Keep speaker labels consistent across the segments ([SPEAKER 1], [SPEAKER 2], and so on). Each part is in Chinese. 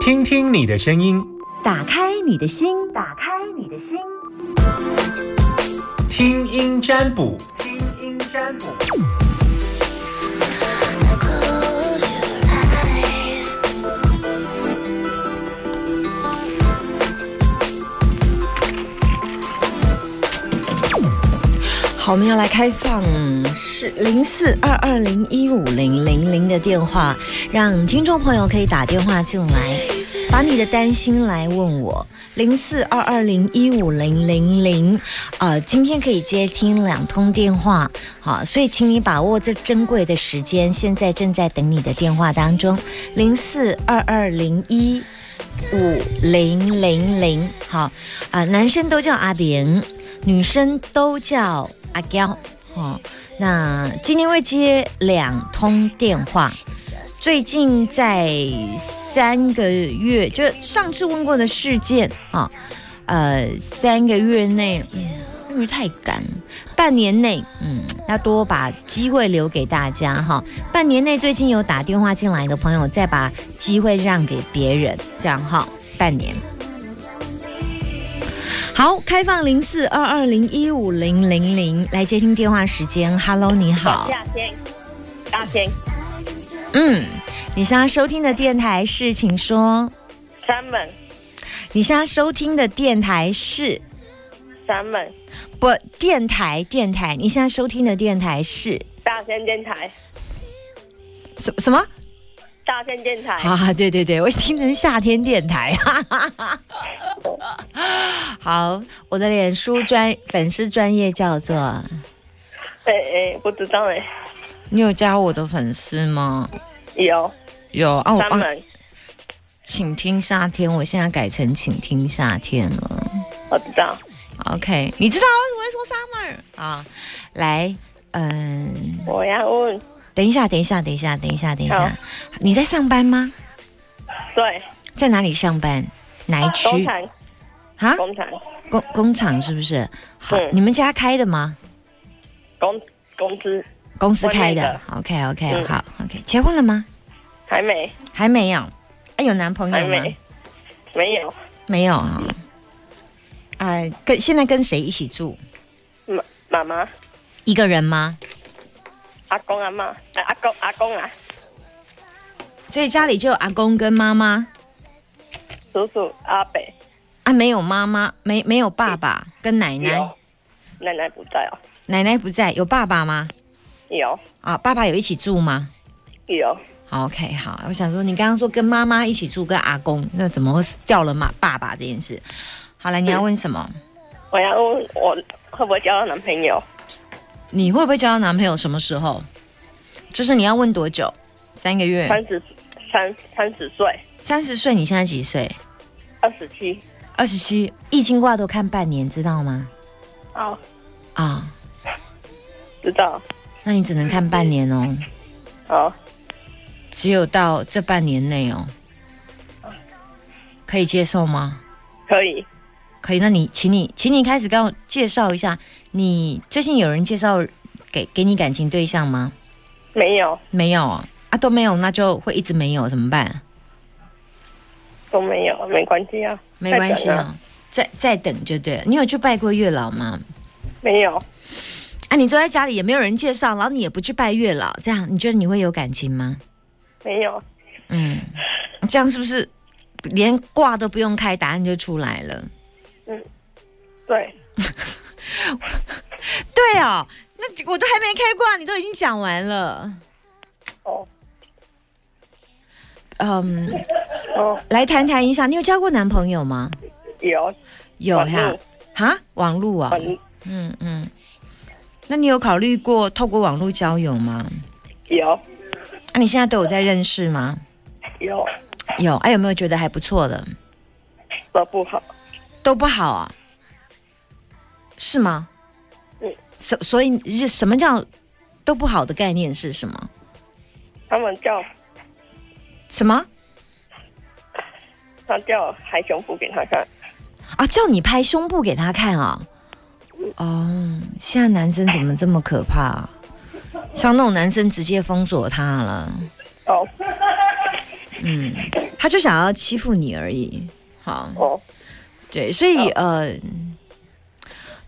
[SPEAKER 1] 听听你的声音，
[SPEAKER 2] 打开你的心，打开你的心，
[SPEAKER 1] 听音占卜，听音占卜。
[SPEAKER 3] Close your eyes.
[SPEAKER 2] 好，我们要来开放是零四二二零一五零零零的电话，让听众朋友可以打电话进来，把你的担心来问我。零四二二零一五零零零，呃，今天可以接听两通电话，好，所以请你把握这珍贵的时间，现在正在等你的电话当中，零四二二零一五零零零，好，啊，男生都叫阿炳，女生都叫阿娇哦。那今天会接两通电话，最近在三个月，就上次问过的事件啊、哦呃，三个月内，嗯，因为太赶，半年内，嗯，要多把机会留给大家哈、半年内最近有打电话进来的朋友，再把机会让给别人，这样哈、半年。好，开放零四二二零一五零零零来接听电话时间。Hello，你好，
[SPEAKER 4] 嘉欣，嘉欣，
[SPEAKER 2] 嗯，你现在收听的电台是，请说，
[SPEAKER 4] 三门，
[SPEAKER 2] 你现在收听的电台是
[SPEAKER 4] 三门，
[SPEAKER 2] 不电台电台，你现在收听的电台是
[SPEAKER 4] 大仙电台，
[SPEAKER 2] 什什么？
[SPEAKER 4] 大仙电
[SPEAKER 5] 哎
[SPEAKER 4] 台，
[SPEAKER 2] 啊，对对对，我听成夏天电台。 好，我的脸书专粉丝专业叫做，
[SPEAKER 4] 哎哎，不知道哎，
[SPEAKER 2] 你有加我的粉丝吗？
[SPEAKER 4] 有
[SPEAKER 2] 有啊，我
[SPEAKER 4] 三
[SPEAKER 2] 帮
[SPEAKER 4] 门，
[SPEAKER 2] 请听夏天，我现在改成请听夏天了。
[SPEAKER 4] 我知道，
[SPEAKER 2] OK，你知道我为什么会说 summer 啊？来，嗯，
[SPEAKER 4] 我要问，
[SPEAKER 2] 等一下，等一下，等一下，等一下，等一
[SPEAKER 4] 好
[SPEAKER 2] 下，你在上班吗？
[SPEAKER 4] 对，
[SPEAKER 2] 在哪里上班？哪一
[SPEAKER 4] 工
[SPEAKER 2] 区
[SPEAKER 4] 厂，
[SPEAKER 2] 啊？
[SPEAKER 4] 工厂，
[SPEAKER 2] 工工厂是不是？好
[SPEAKER 4] 嗯，
[SPEAKER 2] 你们家开的吗？
[SPEAKER 4] 工工资
[SPEAKER 2] 公司
[SPEAKER 4] 外
[SPEAKER 2] 开的
[SPEAKER 4] 面。
[SPEAKER 2] OK OK，、
[SPEAKER 4] 嗯
[SPEAKER 2] 好 OK，结婚了吗？
[SPEAKER 4] 还没，
[SPEAKER 2] 还没有。哎，有男朋
[SPEAKER 4] 还
[SPEAKER 2] 友吗？
[SPEAKER 4] 没，没有，
[SPEAKER 2] 没有啊、哎、跟现在跟谁一起住？
[SPEAKER 4] 妈妈妈，
[SPEAKER 2] 一个人吗？
[SPEAKER 4] 阿公阿妈，哎阿公阿公啊，
[SPEAKER 2] 所以家里就有阿公跟妈妈
[SPEAKER 4] 叔叔阿伯，
[SPEAKER 2] 啊，没有妈妈，没没有爸爸跟奶奶
[SPEAKER 4] 有，，奶奶不在哦，
[SPEAKER 2] 奶奶不在，有爸爸吗？
[SPEAKER 4] 有
[SPEAKER 2] 啊，爸爸有一起住吗？
[SPEAKER 4] 有，
[SPEAKER 2] 好 OK，好，我想说你刚刚说跟妈妈一起住，跟阿公，那怎么会掉了妈爸爸这件事？好了，你要问什么？
[SPEAKER 4] 我要问我会不会交到男朋友？
[SPEAKER 2] 你会不会交到男朋友？什么时候？就是你要问多久？三个月？
[SPEAKER 4] 三十三三十岁，
[SPEAKER 2] 三十岁？你现在几岁？
[SPEAKER 4] 二十七，
[SPEAKER 2] 二十七？易经卦都看半年，知道吗？
[SPEAKER 4] 哦，
[SPEAKER 2] 啊、
[SPEAKER 4] 知道，
[SPEAKER 2] 那你只能看半年哦，
[SPEAKER 4] 哦，
[SPEAKER 2] 只有到这半年内哦，可以接受吗？
[SPEAKER 4] 可以，
[SPEAKER 2] 可以，那你，请你，请你开始跟我介绍一下，你最近有人介绍给给你感情对象吗？
[SPEAKER 4] 没有。
[SPEAKER 2] 没有啊，啊都没有，那就会一直没有，怎么办？
[SPEAKER 4] 都没有，没关系啊，
[SPEAKER 2] 没关系
[SPEAKER 4] 再等
[SPEAKER 2] 啊，再再等就对了。你有去拜过月老吗？
[SPEAKER 4] 没有，
[SPEAKER 2] 啊，你坐在家里也没有人介绍，然后你也不去拜月老，这样你觉得你会有感情吗？
[SPEAKER 4] 没有，
[SPEAKER 2] 嗯，这样是不是连卦都不用开，答案就出来了？
[SPEAKER 4] 对，
[SPEAKER 2] 对哦，那我都还没开挂，你都已经讲完了。
[SPEAKER 4] 哦
[SPEAKER 2] 嗯，
[SPEAKER 4] 哦，
[SPEAKER 2] 来谈谈一下，你有交过男朋友吗？
[SPEAKER 4] 有
[SPEAKER 2] 有
[SPEAKER 4] 网
[SPEAKER 2] 呀
[SPEAKER 4] 路，
[SPEAKER 2] 哈，网路啊、
[SPEAKER 4] 很
[SPEAKER 2] 嗯嗯。那你有考虑过透过网络交友吗？
[SPEAKER 4] 有
[SPEAKER 2] 那、你现在都有在认识吗？
[SPEAKER 4] 有
[SPEAKER 2] 有，哎、有没有觉得还不错的？
[SPEAKER 4] 都不好，
[SPEAKER 2] 都不好啊，是吗？
[SPEAKER 4] 嗯，
[SPEAKER 2] 所所以是什么叫都不好的概念是什么？
[SPEAKER 4] 他们叫
[SPEAKER 2] 什么
[SPEAKER 4] 他叫海胸部给他看，
[SPEAKER 2] 啊？叫你拍胸部给他看啊、哦，现在男生怎么这么可怕、啊？像那种男生直接封锁他了。
[SPEAKER 4] 哦，
[SPEAKER 2] 他就想要欺负你而已。好，
[SPEAKER 4] 哦，
[SPEAKER 2] 对，所以呃，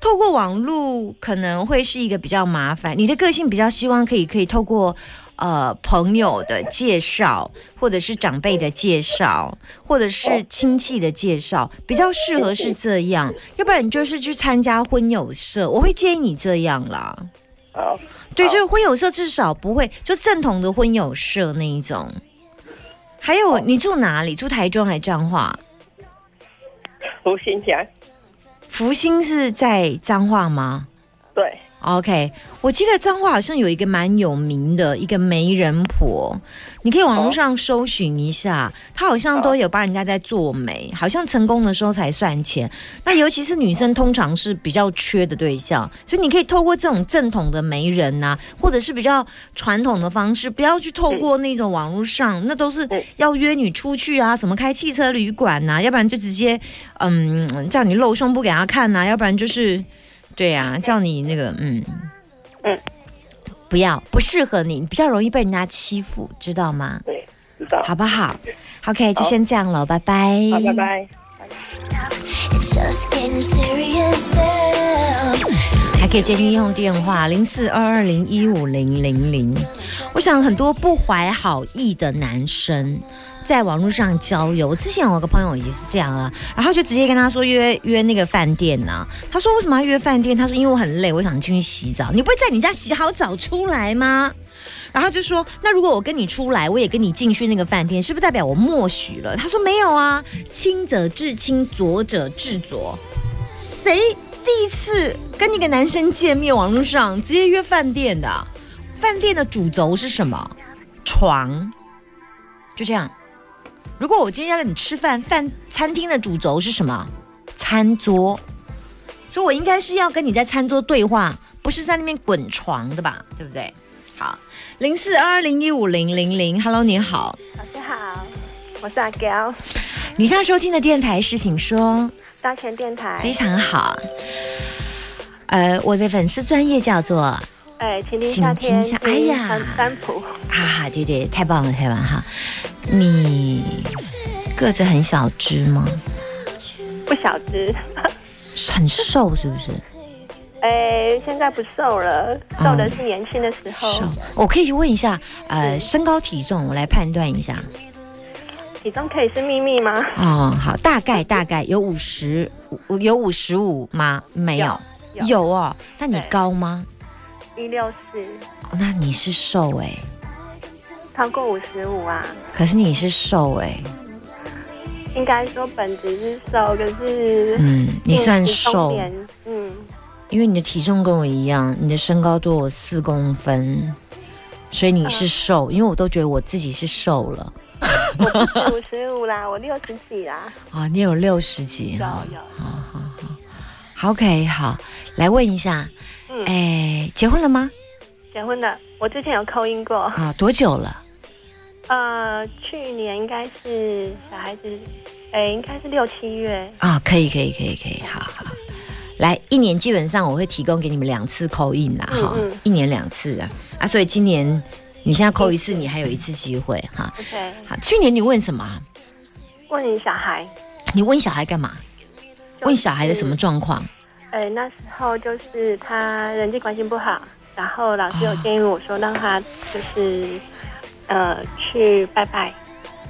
[SPEAKER 2] 透过网络可能会是一个比较麻烦。你的个性比较希望可以可以透过呃朋友的介绍，或者是长辈的介绍，或者是亲戚的介绍，比较适合是这样。要不然你就是去参加婚友社，我会建议你这样啦。
[SPEAKER 4] 好，
[SPEAKER 2] 对，
[SPEAKER 5] 哦
[SPEAKER 4] 好
[SPEAKER 2] 就是婚友社至少不会就正统的婚友社那一种。还有，你住哪里？住台中还是彰化？
[SPEAKER 4] 胡新强，
[SPEAKER 2] 福星是在彰化吗
[SPEAKER 4] 对，
[SPEAKER 2] ？OK，我记得彰化好像有一个蛮有名的一个媒人婆，你可以网络上搜寻一下，她好像都有帮人家在做媒，好像成功的时候才算钱。那尤其是女生通常是比较缺的对象，所以你可以透过这种正统的媒人呐、或者是比较传统的方式，不要去透过那种网络上，那都是
[SPEAKER 4] 嗯
[SPEAKER 2] 要约你出去啊，什么开汽车旅馆呐、要不然就直接嗯叫你露胸部给他看呐、要不然就是对啊，叫你那个嗯
[SPEAKER 4] 嗯
[SPEAKER 2] 不要不适合你，你比较容易被人家欺负，知道吗？
[SPEAKER 4] 知道，
[SPEAKER 2] 好不好？OK，就
[SPEAKER 4] 好
[SPEAKER 2] 先这样了，拜拜。
[SPEAKER 4] 好，拜拜。
[SPEAKER 3] It's just getting serious now.
[SPEAKER 2] 还可以接听用电话零四二二零一五零零零。我想很多不怀好意的男生在网络上交友，我之前有个朋友也是这样啊，然后就直接跟他说约约那个饭店呐、他说为什么要约饭店？他说因为我很累，我想进去洗澡。你不会在你家洗好澡出来吗？然后就说，那如果我跟你出来，我也跟你进去那个饭店，是不是代表我默许了？他说没有啊，清者至清，浊者至浊。谁第一次跟一个男生见面，网络上直接约饭店的啊、饭店的主轴是什么？床，就这样。如果我今天要跟你吃饭，饭餐厅的主轴是什么？餐桌，所以我应该是要跟你在餐桌对话，不是在那边滚床的吧？对不对？好，零四二二零一五零零零，Hello，你好，
[SPEAKER 5] 老师好，我是阿 Giao，
[SPEAKER 2] 你现在收听的电台是请说。
[SPEAKER 5] 大全电台。
[SPEAKER 2] 非常好。呃，我的粉丝专业叫做啊，
[SPEAKER 5] 哎，请听夏
[SPEAKER 2] 请听
[SPEAKER 5] 天，
[SPEAKER 2] 一下哎呀
[SPEAKER 5] 三三浦，
[SPEAKER 2] 哈，对对，太棒了，太棒了哈！你个子很小只吗？
[SPEAKER 5] 不小只，
[SPEAKER 2] 很瘦是不是？
[SPEAKER 5] 哎，现在不瘦了，
[SPEAKER 2] 嗯
[SPEAKER 5] 瘦的是年轻的时候，
[SPEAKER 2] 瘦。我可以去问一下，呃，身高体重，我来判断一下。
[SPEAKER 5] 体重可以是秘密吗？
[SPEAKER 2] 哦，好，大概大概有五十，有五十五吗？没有，
[SPEAKER 5] 有有
[SPEAKER 2] 哦。那你
[SPEAKER 5] 对
[SPEAKER 2] 高吗？
[SPEAKER 5] 一六四，
[SPEAKER 2] 哦那你是瘦哎、
[SPEAKER 5] 超过五十五啊，
[SPEAKER 2] 可是你是瘦哎、
[SPEAKER 5] 应该说本质是瘦，可是
[SPEAKER 2] 嗯，你算
[SPEAKER 5] 饮食
[SPEAKER 2] 瘦。
[SPEAKER 5] 中年，嗯，
[SPEAKER 2] 因为你的体重跟我一样，你的身高多我四公分，所以你
[SPEAKER 5] 嗯
[SPEAKER 2] 是瘦，因为我都觉得我自己是瘦了
[SPEAKER 5] 五十五啦， 我六十几啦，
[SPEAKER 2] 啊。你有六十几
[SPEAKER 5] 有
[SPEAKER 2] 哈
[SPEAKER 5] 有，
[SPEAKER 2] 好，OK，好，来问一下，
[SPEAKER 5] 嗯
[SPEAKER 2] 哎，结婚了吗？
[SPEAKER 5] 结婚的，我之前有扣音过，
[SPEAKER 2] 啊，多久了？
[SPEAKER 5] 呃，去年应该是小孩子，哎，应该是六七月，
[SPEAKER 2] 啊，可以，可以，可以，可以，好好。来，一年基本上我会提供给你们两次扣印啦，
[SPEAKER 5] 嗯
[SPEAKER 2] 哈、
[SPEAKER 5] 嗯
[SPEAKER 2] 一年两次啊，啊，所以今年你现在扣一次，你还有一次机会哈。
[SPEAKER 5] OK，
[SPEAKER 2] 好，去年你问什么啊？
[SPEAKER 5] 问你小孩，
[SPEAKER 2] 你问小孩干嘛？
[SPEAKER 5] 就是
[SPEAKER 2] 问小孩的什么状况？
[SPEAKER 5] 呃，那时候就是他人际关系不好，然后老师有建议我说让他就是呃去拜拜，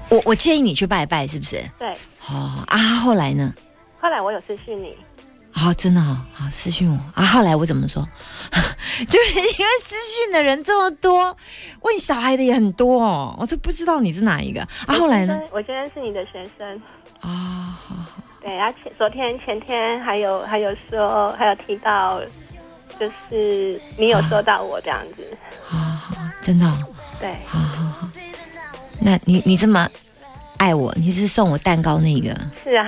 [SPEAKER 2] 我我建议你去拜拜，是不是？
[SPEAKER 5] 对。
[SPEAKER 2] 哦啊，后来呢？
[SPEAKER 5] 后来我有私讯你，
[SPEAKER 2] 哦，真的哦，好私讯我啊。后来我怎么说？ 就是因为私讯的人这么多，问小孩的也很多哦，我都不知道你是哪一个啊。后来呢？
[SPEAKER 5] 我今天？我今天是你的学生，
[SPEAKER 2] 啊、好好
[SPEAKER 5] 对，而且昨天、前天还有还有说，还有提到，就是你有收到我这样子，
[SPEAKER 2] 好好，真的、哦，
[SPEAKER 5] 对，
[SPEAKER 2] 好好好。那你你这么爱我，你是送我蛋糕那个
[SPEAKER 5] 是啊，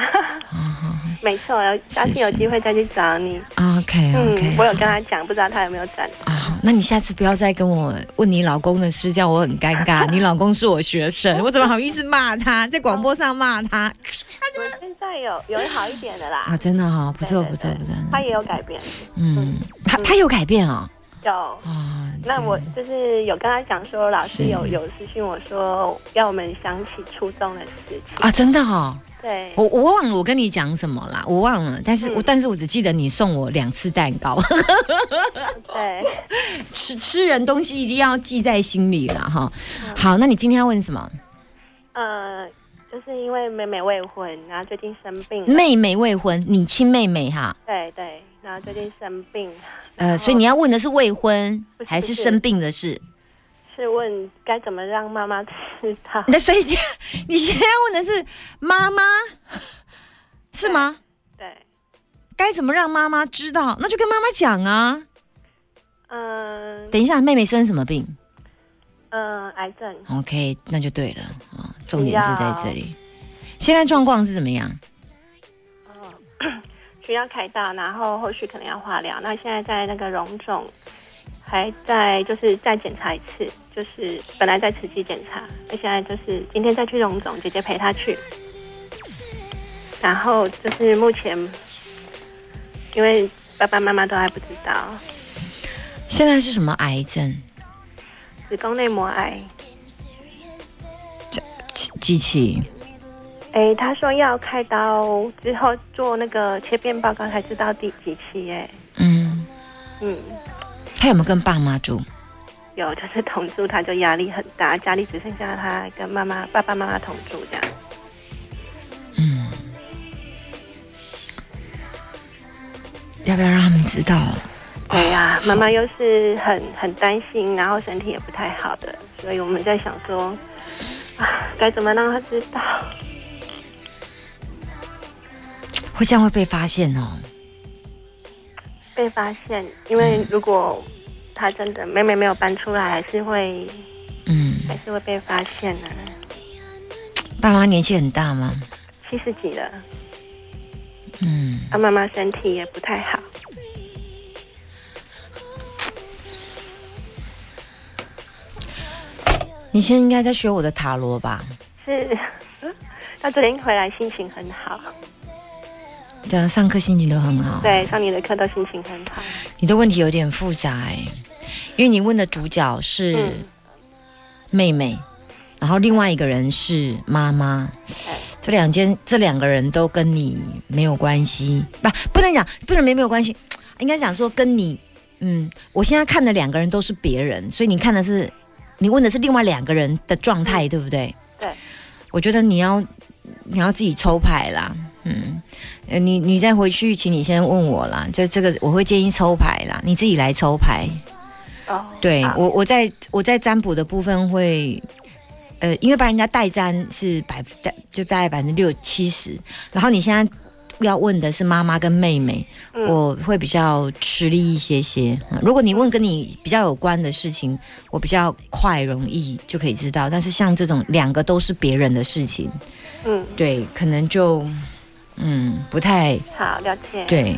[SPEAKER 5] 没错，有下次有机会再去找你。
[SPEAKER 2] 啊？OK
[SPEAKER 5] 嗯
[SPEAKER 2] OK，、
[SPEAKER 5] 我有跟他讲，不知道他有没有转达。
[SPEAKER 2] 啊，那你下次不要再跟我问你老公的事，这样我很尴 尬。你老公是我学生，我怎么好意思骂他，在广播上骂
[SPEAKER 5] 啊
[SPEAKER 2] 他
[SPEAKER 5] 我现在有有好一点的啦。
[SPEAKER 2] 啊？真的哈、不错
[SPEAKER 5] 对
[SPEAKER 2] 不错
[SPEAKER 5] 对
[SPEAKER 2] 不错，
[SPEAKER 5] 他也有改变，
[SPEAKER 2] 嗯，他他有改变哦，
[SPEAKER 5] 有。
[SPEAKER 2] 啊。
[SPEAKER 5] 那
[SPEAKER 2] 对
[SPEAKER 5] 我就是有跟他讲说，老师
[SPEAKER 2] 是
[SPEAKER 5] 有有私讯我说要我们想起初中的事情。
[SPEAKER 2] 啊，真的哦，
[SPEAKER 5] 对，
[SPEAKER 2] 我我忘了我跟你讲什么啦，我忘了，但是我、
[SPEAKER 5] 嗯
[SPEAKER 2] 但是我只记得你送我两次蛋糕，
[SPEAKER 5] 对，
[SPEAKER 2] 吃吃人东西一定要记在心里了哈。
[SPEAKER 5] 嗯
[SPEAKER 2] 好，那你今天要问什么？
[SPEAKER 5] 呃，就是因为妹妹未婚，然后最近生病了，
[SPEAKER 2] 妹妹未婚，你亲妹妹哈，
[SPEAKER 5] 对对，然后最近生病，
[SPEAKER 2] 呃，所以你要问的是未婚
[SPEAKER 5] 哦不是
[SPEAKER 2] 还是
[SPEAKER 5] 不是
[SPEAKER 2] 生病的事？
[SPEAKER 5] 是问该怎么让妈妈知道？
[SPEAKER 2] 那所以你你现在问的是妈 妈是吗？
[SPEAKER 5] 对，
[SPEAKER 2] 该怎么让妈妈知道？那就跟妈妈讲啊。
[SPEAKER 5] 嗯
[SPEAKER 2] 等一下，妹妹生什么病
[SPEAKER 5] 嗯，癌症
[SPEAKER 2] ？OK，那就对了啊、重点是在这里。现在状况是怎么样？
[SPEAKER 5] 需要开刀，然后后续可能要化疗。那现在在那个荣总，还在就是再检查一次，就是本来在慈济检查，那现在就是今天再去荣总，姐姐陪她去。然后就是目前，因为爸爸妈妈都还不知道
[SPEAKER 2] 现在是什么癌症？
[SPEAKER 5] 子宫内膜癌，
[SPEAKER 2] 机机器
[SPEAKER 5] 哎，他说要开刀之后做那个切片报告才知道第几期，哎，
[SPEAKER 2] 嗯，
[SPEAKER 5] 嗯。
[SPEAKER 2] 他有没有跟爸妈住？
[SPEAKER 5] 有，就是同住，他就压力很大，家里只剩下他跟妈妈、爸爸妈妈同住这样。
[SPEAKER 2] 要不要让他们知道？
[SPEAKER 5] 对呀、妈妈又是很很担心，然后身体也不太好的，所以我们在想说，啊，该怎么让他知道？
[SPEAKER 2] 会这样会被发现哦。
[SPEAKER 5] 被发现，因为如果他真的妹妹没有搬出来，还是会
[SPEAKER 2] 嗯，
[SPEAKER 5] 还是会被发现的、
[SPEAKER 2] 爸妈年纪很大吗？
[SPEAKER 5] 七十几了，
[SPEAKER 2] 嗯，
[SPEAKER 5] 啊，妈妈身体也不太好。
[SPEAKER 2] 你现在应该在学我的塔罗吧？
[SPEAKER 5] 是 到这里回来心情很好，
[SPEAKER 2] 对啊，上课心情都很好。
[SPEAKER 5] 对，上你的课都心情很好。
[SPEAKER 2] 你的问题有点复杂哎、因为你问的主角是
[SPEAKER 5] 嗯
[SPEAKER 2] 妹妹，然后另外一个人是妈妈，
[SPEAKER 5] 哎
[SPEAKER 2] 这两件这两个人都跟你没有关系，不不能讲不能没没有关系，应该讲说跟你，嗯，我现在看的两个人都是别人，所以你看的是你问的是另外两个人的状态，对不对？
[SPEAKER 5] 嗯对，
[SPEAKER 2] 我觉得你要你要自己抽牌啦，嗯。呃，你你再回去，请你先问我啦。就这个，我会建议抽牌啦，你自己来抽牌。
[SPEAKER 5] 哦，
[SPEAKER 2] 对
[SPEAKER 5] 好
[SPEAKER 2] 我，我在我在占卜的部分会，呃，因为帮人家代占是百分就大概百分之六七十，然后你现在要问的是妈妈跟妹妹，
[SPEAKER 5] 嗯
[SPEAKER 2] 我会比较吃力一些些。嗯如果你问跟你比较有关的事情，我比较快容易就可以知道。但是像这种两个都是别人的事情，
[SPEAKER 5] 嗯，
[SPEAKER 2] 对，可能就嗯不太
[SPEAKER 5] 好，了解。
[SPEAKER 2] 对，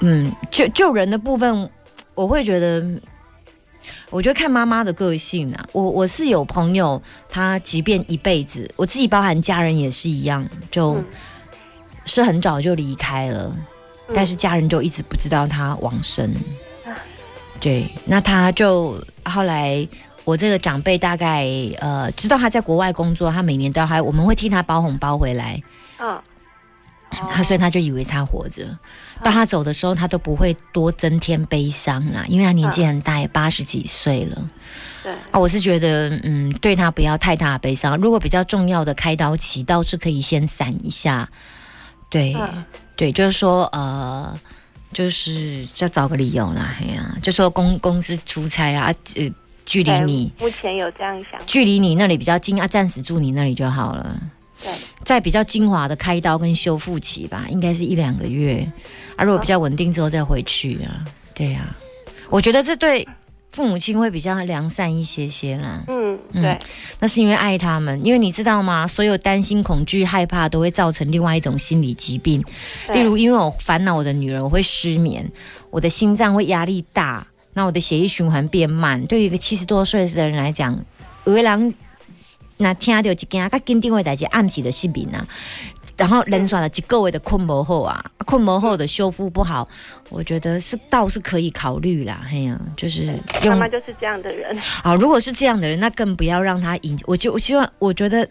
[SPEAKER 2] 嗯，救救人的部分，我会觉得，我觉得看妈妈的个性啊。我我是有朋友，她即便一辈子，我自己包含家人也是一样，就、
[SPEAKER 5] 嗯
[SPEAKER 2] 是很早就离开了，
[SPEAKER 5] 嗯啊
[SPEAKER 2] 但是家人就一直不知道她往生。对，那她就后来。我这个长辈大概呃知道她在国外工作，她每年都还我们会替她包红包回来，
[SPEAKER 5] 嗯，
[SPEAKER 2] 他所以他就以为他活着，到他走的时候，他都不会多增添悲伤啦，因为他年纪很大，也八十几岁了
[SPEAKER 5] 对，
[SPEAKER 2] 啊。我是觉得，嗯，对他不要太大的悲伤。如果比较重要的开刀期，倒是可以先闪一下。对、
[SPEAKER 5] 嗯
[SPEAKER 2] 对，就是说，呃，就是要找个理由啦，哎呀、就说公公司出差啊，啊呃，距离
[SPEAKER 5] 对
[SPEAKER 2] 你。
[SPEAKER 5] 目前有这样想，
[SPEAKER 2] 距离你那里比较近啊，暂时住你那里就好了。
[SPEAKER 5] 对，
[SPEAKER 2] 在比较精华的开刀跟修复期吧，应该是一两个月啊。如果比较稳定之后再回去啊，对呀、我觉得这对父母亲会比较良善一些些啦。
[SPEAKER 5] 嗯，
[SPEAKER 2] 嗯
[SPEAKER 5] 对，
[SPEAKER 2] 那是因为爱他们，因为你知道吗？所有担心、恐惧、害怕都会造成另外一种心理疾病，
[SPEAKER 5] 对
[SPEAKER 2] 例如因为我烦恼我的女人，我会失眠，我的心脏会压力大，那我的血液循环变慢。对于一个七十多岁的人来讲，有的人那听到一件较紧张的代志，暗时就失眠啊。然后人算了几个月的困魔后啊，困魔后的修复不好，我觉得是倒是可以考虑啦。嘿呀、就是
[SPEAKER 5] 妈
[SPEAKER 2] 用
[SPEAKER 5] 妈就是这样的人，
[SPEAKER 2] 啊，如果是这样的人，那更不要让他引。我就我希望，我觉得，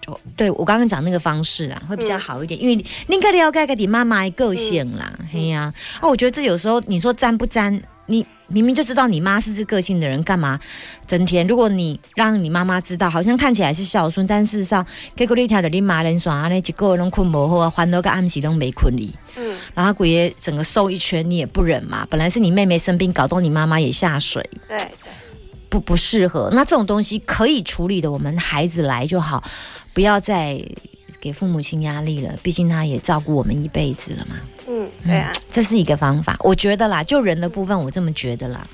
[SPEAKER 2] 就对我刚刚讲那个方式啊，会比较好一点，因为你你应该了解个你妈妈的个性啦，嘿呀、啊，我觉得这有时候你说沾不沾，你明明就知道你妈是这个性的人，干嘛整天？如果你让你妈妈知道，好像看起来是孝顺，但事实上，结果你听到你妈人耍安尼，一个人拢困无好啊，烦恼个暗时拢没困哩。
[SPEAKER 5] 嗯，
[SPEAKER 2] 然后鬼爷整个瘦一圈，你也不忍嘛。本来是你妹妹生病，搞到你妈妈也下水，
[SPEAKER 5] 对对，
[SPEAKER 2] 不不适合。那这种东西可以处理的，我们孩子来就好，不要再给父母亲压力了。毕竟他也照顾我们一辈子了嘛。
[SPEAKER 5] 嗯，对啊，
[SPEAKER 2] 这是一个方法，我觉得啦，就人的部分，我这么觉得啦。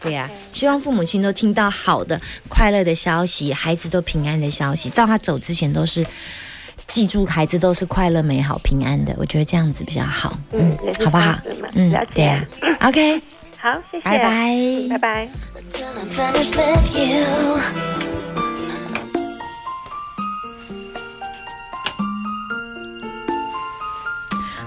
[SPEAKER 2] 对呀、希望父母亲都听到好的、快乐的消息，孩子都平安的消息。照他走之前都是记住，孩子都是快乐、美好、平安的。我觉得这样子比较好，
[SPEAKER 5] 嗯，也是
[SPEAKER 2] 好不好
[SPEAKER 5] 这样子嘛？
[SPEAKER 2] 嗯
[SPEAKER 5] 了，
[SPEAKER 2] 对
[SPEAKER 5] 解
[SPEAKER 2] 呀、OK，
[SPEAKER 5] 好，谢谢，
[SPEAKER 2] 拜拜，
[SPEAKER 5] 拜拜。
[SPEAKER 3] till I'm finished with you.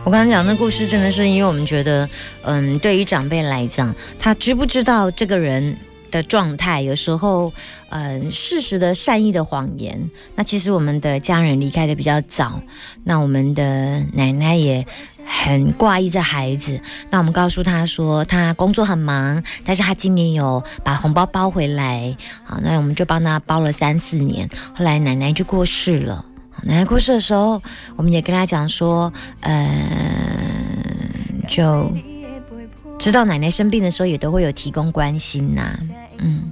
[SPEAKER 2] 我刚刚讲的故事真的是因为我们觉得，嗯，对于长辈来讲，他知不知道这个人的状态，有时候，嗯，适时的善意的谎言。那其实我们的家人离开的比较早，那我们的奶奶也很挂意这孩子。那我们告诉她说，她工作很忙，但是她今年有把红包包回来。好，那我们就帮她包了三四年。后来奶奶就过世了。好奶奶过世的时候，我们也跟她讲说，呃，就知道奶奶生病的时候，也都会有提供关心呐、嗯，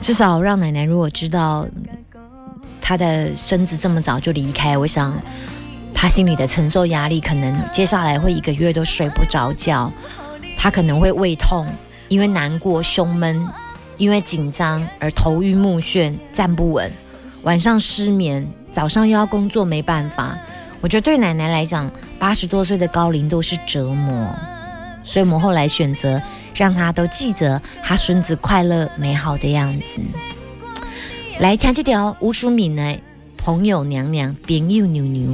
[SPEAKER 2] 至少让奶奶如果知道她的孙子这么早就离开，我想她心里的承受压力，可能接下来会一个月都睡不着觉，她可能会胃痛，因为难过、胸闷，因为紧张而头晕目眩、站不稳，晚上失眠，早上又要工作，没办法。我觉得对奶奶来讲，八十多岁的高龄都是折磨，所以我们后来选择让她都记着她孙子快乐美好的样子。来听这条吴淑敏的《朋友娘娘》，朋友牛牛。